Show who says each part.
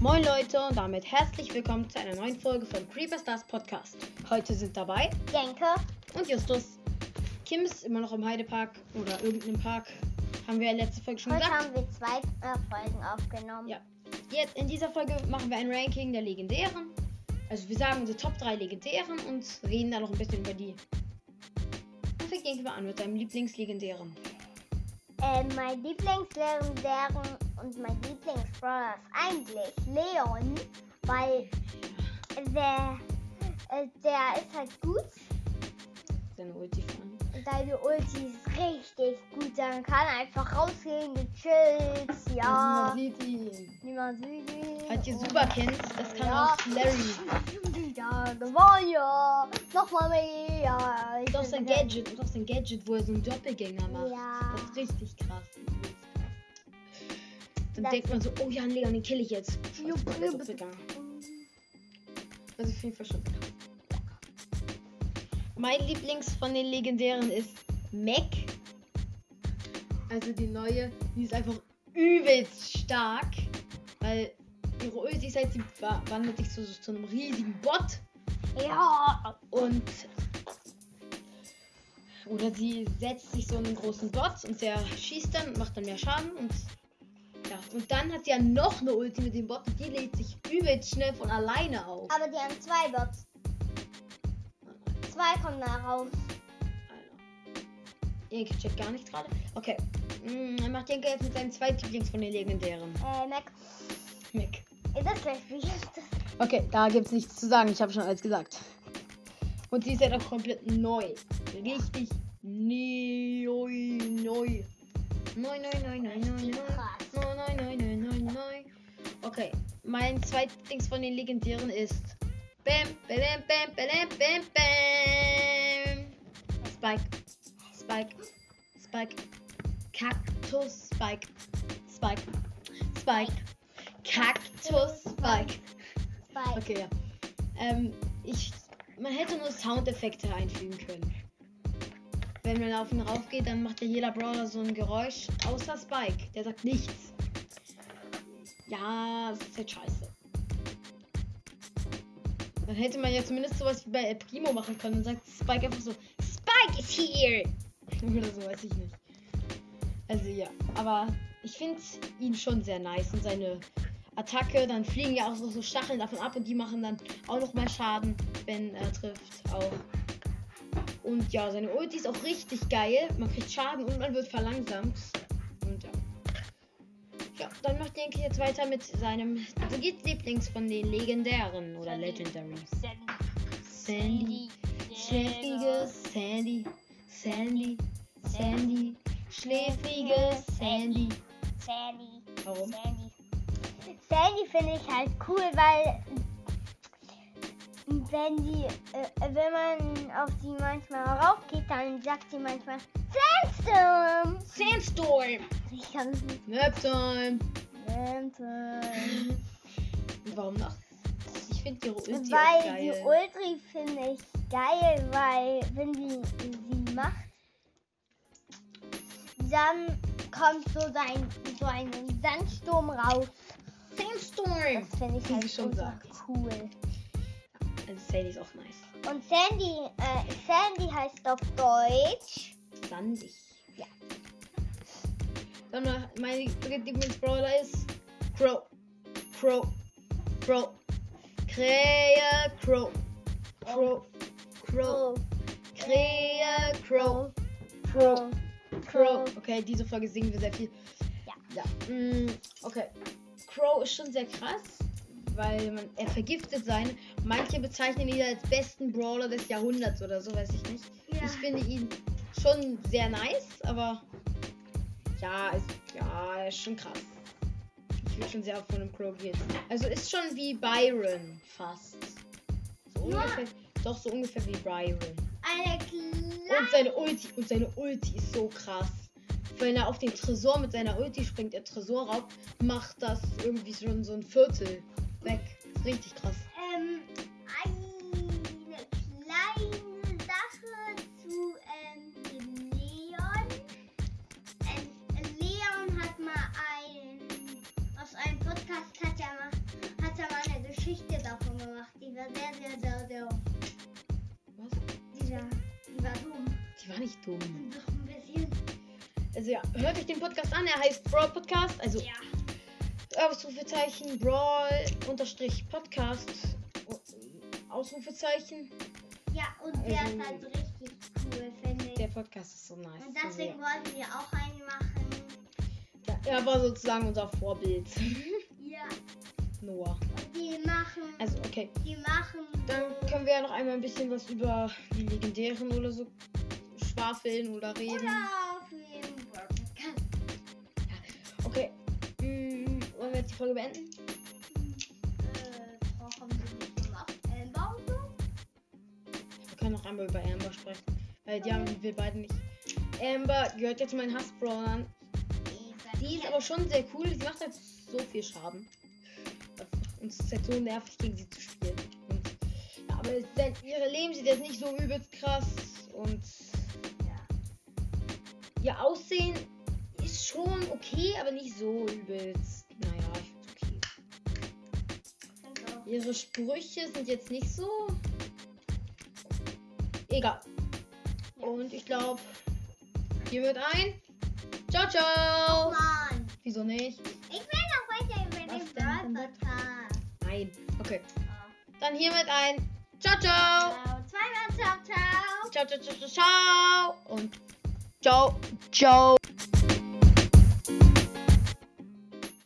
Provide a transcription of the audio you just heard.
Speaker 1: Moin Leute und damit herzlich willkommen zu einer neuen Folge von Creeper Stars Podcast. Heute sind dabei
Speaker 2: Jenke.
Speaker 1: und Justus. Kim ist immer noch im Heidepark oder irgendeinem Park. Haben wir ja letzte Folge schon
Speaker 2: Heute
Speaker 1: gesagt.
Speaker 2: haben wir zwei äh, Folgen aufgenommen.
Speaker 1: Ja. Jetzt in dieser Folge machen wir ein Ranking der legendären. Also wir sagen unsere Top 3 legendären und reden da noch ein bisschen über die. Und wir gehen mal an mit deinem Lieblingslegendären.
Speaker 2: Äh, mein Lieblingslegendären und mein Lieblingsbrawler ist eigentlich Leon, weil der, äh, der ist halt gut.
Speaker 1: Seine Ulti fahren.
Speaker 2: Deine Ulti ist richtig gut. Dann kann er einfach rausgehen, gechillt. Ja.
Speaker 1: Also man sieht ihn.
Speaker 2: Niemand sieht ihn.
Speaker 1: Falls ihr
Speaker 2: Und-
Speaker 1: super kennt, das kann
Speaker 2: Ja.
Speaker 1: auch Larry.
Speaker 2: Ja, gewonnen, ja. Nochmal mehr. Ja. Ich
Speaker 1: Und auch
Speaker 2: bin
Speaker 1: sein
Speaker 2: wieder-
Speaker 1: Gadget, und auch sein Gadget, wo er so einen Doppelgänger macht.
Speaker 2: Ja.
Speaker 1: Das ist richtig krass. Dann
Speaker 2: Das
Speaker 1: denkt man so, oh ja, einen Leon, den kill ich jetzt. Scheiße,
Speaker 2: Jupp,
Speaker 1: der ist
Speaker 2: jupp.
Speaker 1: Doppelgänger. Also auf jeden Fall schon krass. Mein Lieblings von den Legendären ist Mac. Also die neue, die ist einfach übelst stark. Weil ihre Ulti ist halt, sie wa- wandelt sich so, so zu einem riesigen Bot.
Speaker 2: Ja.
Speaker 1: Und. Oder sie setzt sich so einen großen Bot und der schießt dann und macht dann mehr Schaden und. Ja, und dann hat sie ja noch eine Ulti mit dem Bot und die lädt sich übelst schnell von alleine auf.
Speaker 2: Aber die haben zwei Bots. Zwei kommen da raus.
Speaker 1: Alter. Jenke checkt gar nicht gerade. Okay. Mm, Dann macht Jenke jetzt mit seinen zwei Lieblings von den legendären.
Speaker 2: Äh, Mac.
Speaker 1: Mac.
Speaker 2: Ist das gleich wie das?
Speaker 1: Okay, da gibt's nichts zu sagen. Ich habe schon alles gesagt. Und sie ist ja doch komplett neu. Richtig neu, neu. Neu, neu, neu, neu, neu, neu.
Speaker 2: Krass.
Speaker 1: Neu, neu, neu, neu, neu, neu. Okay, mein zweitlings von den legendären ist Bam, bam, bam, bam, bam, bam. Spike, Spike, Spike, Kaktus, Spike, Spike, Spike, Kaktus, Spike.
Speaker 2: Spike.
Speaker 1: Okay, ja. Ähm, ich, man hätte nur Soundeffekte einfügen können. Wenn man auf ihn raufgeht, dann macht ja jeder Brawler so ein Geräusch, außer Spike. Der sagt nichts. Ja, das ist halt scheiße. Dann hätte man ja zumindest sowas wie bei El Primo machen können und sagt Spike einfach so, Spike is here! Oder so, weiß ich nicht. Also ja, aber ich finde ihn schon sehr nice und seine Attacke, dann fliegen ja auch so, so Stacheln davon ab und die machen dann auch noch mal Schaden, wenn er trifft auch. Und ja, seine Ulti ist auch richtig geil. Man kriegt Schaden und man wird verlangsamt. Und ja. Ja, dann macht Yankee jetzt weiter mit seinem Brigitte Lieblings von den Legendären oder
Speaker 2: Sandy.
Speaker 1: Legendaries. Sandy.
Speaker 2: Sandy.
Speaker 1: Schläfrige Sandy, Sandy, Sandy, schläfrige Sandy.
Speaker 2: Sandy.
Speaker 1: Warum?
Speaker 2: Sandy. Sandy finde ich halt cool, weil wenn die, äh, wenn man auf die manchmal raufgeht, dann sagt sie manchmal Sandstorm.
Speaker 1: Sandstorm!
Speaker 2: Ich kann es nicht.
Speaker 1: Naptime!
Speaker 2: Sandstorm.
Speaker 1: Und warum noch? Ich finde ihre Ulti auch
Speaker 2: Weil die
Speaker 1: geil.
Speaker 2: Ultri finde ich geil, weil wenn sie sie macht, dann kommt so ein, so ein Sandsturm raus.
Speaker 1: Sandstorm!
Speaker 2: Das finde ich
Speaker 1: Wie sie
Speaker 2: halt
Speaker 1: schon
Speaker 2: schon
Speaker 1: sagt.
Speaker 2: cool.
Speaker 1: Also Sandy ist auch nice.
Speaker 2: Und Sandy, äh, Sandy heißt auf Deutsch.
Speaker 1: Sandig.
Speaker 2: Ja.
Speaker 1: Dann noch mein Lieblingsbrawler ist Crow. Crow. Crow. Krähe, Crow. Crow. Crow. Krähe, Crow. Crow. Crow. Okay, diese Folge singen wir sehr viel.
Speaker 2: Ja.
Speaker 1: ja. Mm, okay. Crow ist schon sehr krass, weil man, er vergiftet seine. Manche bezeichnen ihn als besten Brawler des Jahrhunderts oder so, weiß ich nicht.
Speaker 2: Ja.
Speaker 1: Ich finde ihn schon sehr nice, aber ja, ist, ja, er ist schon krass. Ich würde schon sehr auf von einem Crow gehen. Also ist schon wie Byron fast. So
Speaker 2: Ja.
Speaker 1: ungefähr, doch so ungefähr wie Byron.
Speaker 2: Eine kleine.
Speaker 1: Und seine Ulti, und seine Ulti ist so krass. Wenn er auf den Tresor mit seiner Ulti springt, der Tresor raubt, macht das irgendwie schon so ein Viertel weg. Ist richtig krass.
Speaker 2: Ähm, eine kleine Sache zu ähm, dem Leon. Ähm, Leon hat mal ein, aus einem Podcast hat er mal,
Speaker 1: dumm.
Speaker 2: Noch ein bisschen.
Speaker 1: Also ja, hört euch den Podcast an. Er heißt Brawl Podcast. Also
Speaker 2: Ja.
Speaker 1: Ausrufezeichen Brawl unterstrich Podcast. Ausrufezeichen.
Speaker 2: Ja, und der
Speaker 1: Also-
Speaker 2: ist halt richtig cool, finde ich.
Speaker 1: Der Podcast ist so nice.
Speaker 2: Und
Speaker 1: Also,
Speaker 2: deswegen
Speaker 1: ja.
Speaker 2: wollten wir auch einen machen.
Speaker 1: Ja, Er war sozusagen unser Vorbild.
Speaker 2: Ja,
Speaker 1: Noah.
Speaker 2: und die machen,
Speaker 1: Also, okay.
Speaker 2: die machen
Speaker 1: Dann können wir ja noch einmal ein bisschen was über die Legendären oder so schwafeln oder reden.
Speaker 2: oder auf dem Podcast.
Speaker 1: Okay. Mm, wollen wir jetzt die Folge beenden?
Speaker 2: Äh, brauchen wir nicht nochmal auf Ellenbaum so?
Speaker 1: Wir können noch einmal über Amber sprechen. Weil die haben wir beide nicht. Amber gehört jetzt zu meinen Hassbrawlern. Die ist aber schon sehr cool. Sie macht halt so viel Schaden. Und es ist halt so nervig, gegen sie zu spielen. Und, ja, aber es ist halt, ihre Leben sieht jetzt nicht so übelst krass. Und
Speaker 2: Ja.
Speaker 1: ihr Aussehen ist schon okay, aber nicht so übelst. Naja, ich find's okay.
Speaker 2: Find auch.
Speaker 1: Ihre Sprüche sind jetzt nicht so. Egal.
Speaker 2: Ja.
Speaker 1: Und ich glaube, hier wird ein. Ciao, ciao!
Speaker 2: Mann,
Speaker 1: Wieso nicht?
Speaker 2: ich will noch weiter über
Speaker 1: Was denn?
Speaker 2: den Brawl Podcast.
Speaker 1: Nein. Okay.
Speaker 2: Oh.
Speaker 1: Dann hiermit ein. Ciao, ciao!
Speaker 2: Ciao. Zweimal ciao, ciao.
Speaker 1: Ciao, ciao, ciao, ciao, ciao! Und ciao, ciao!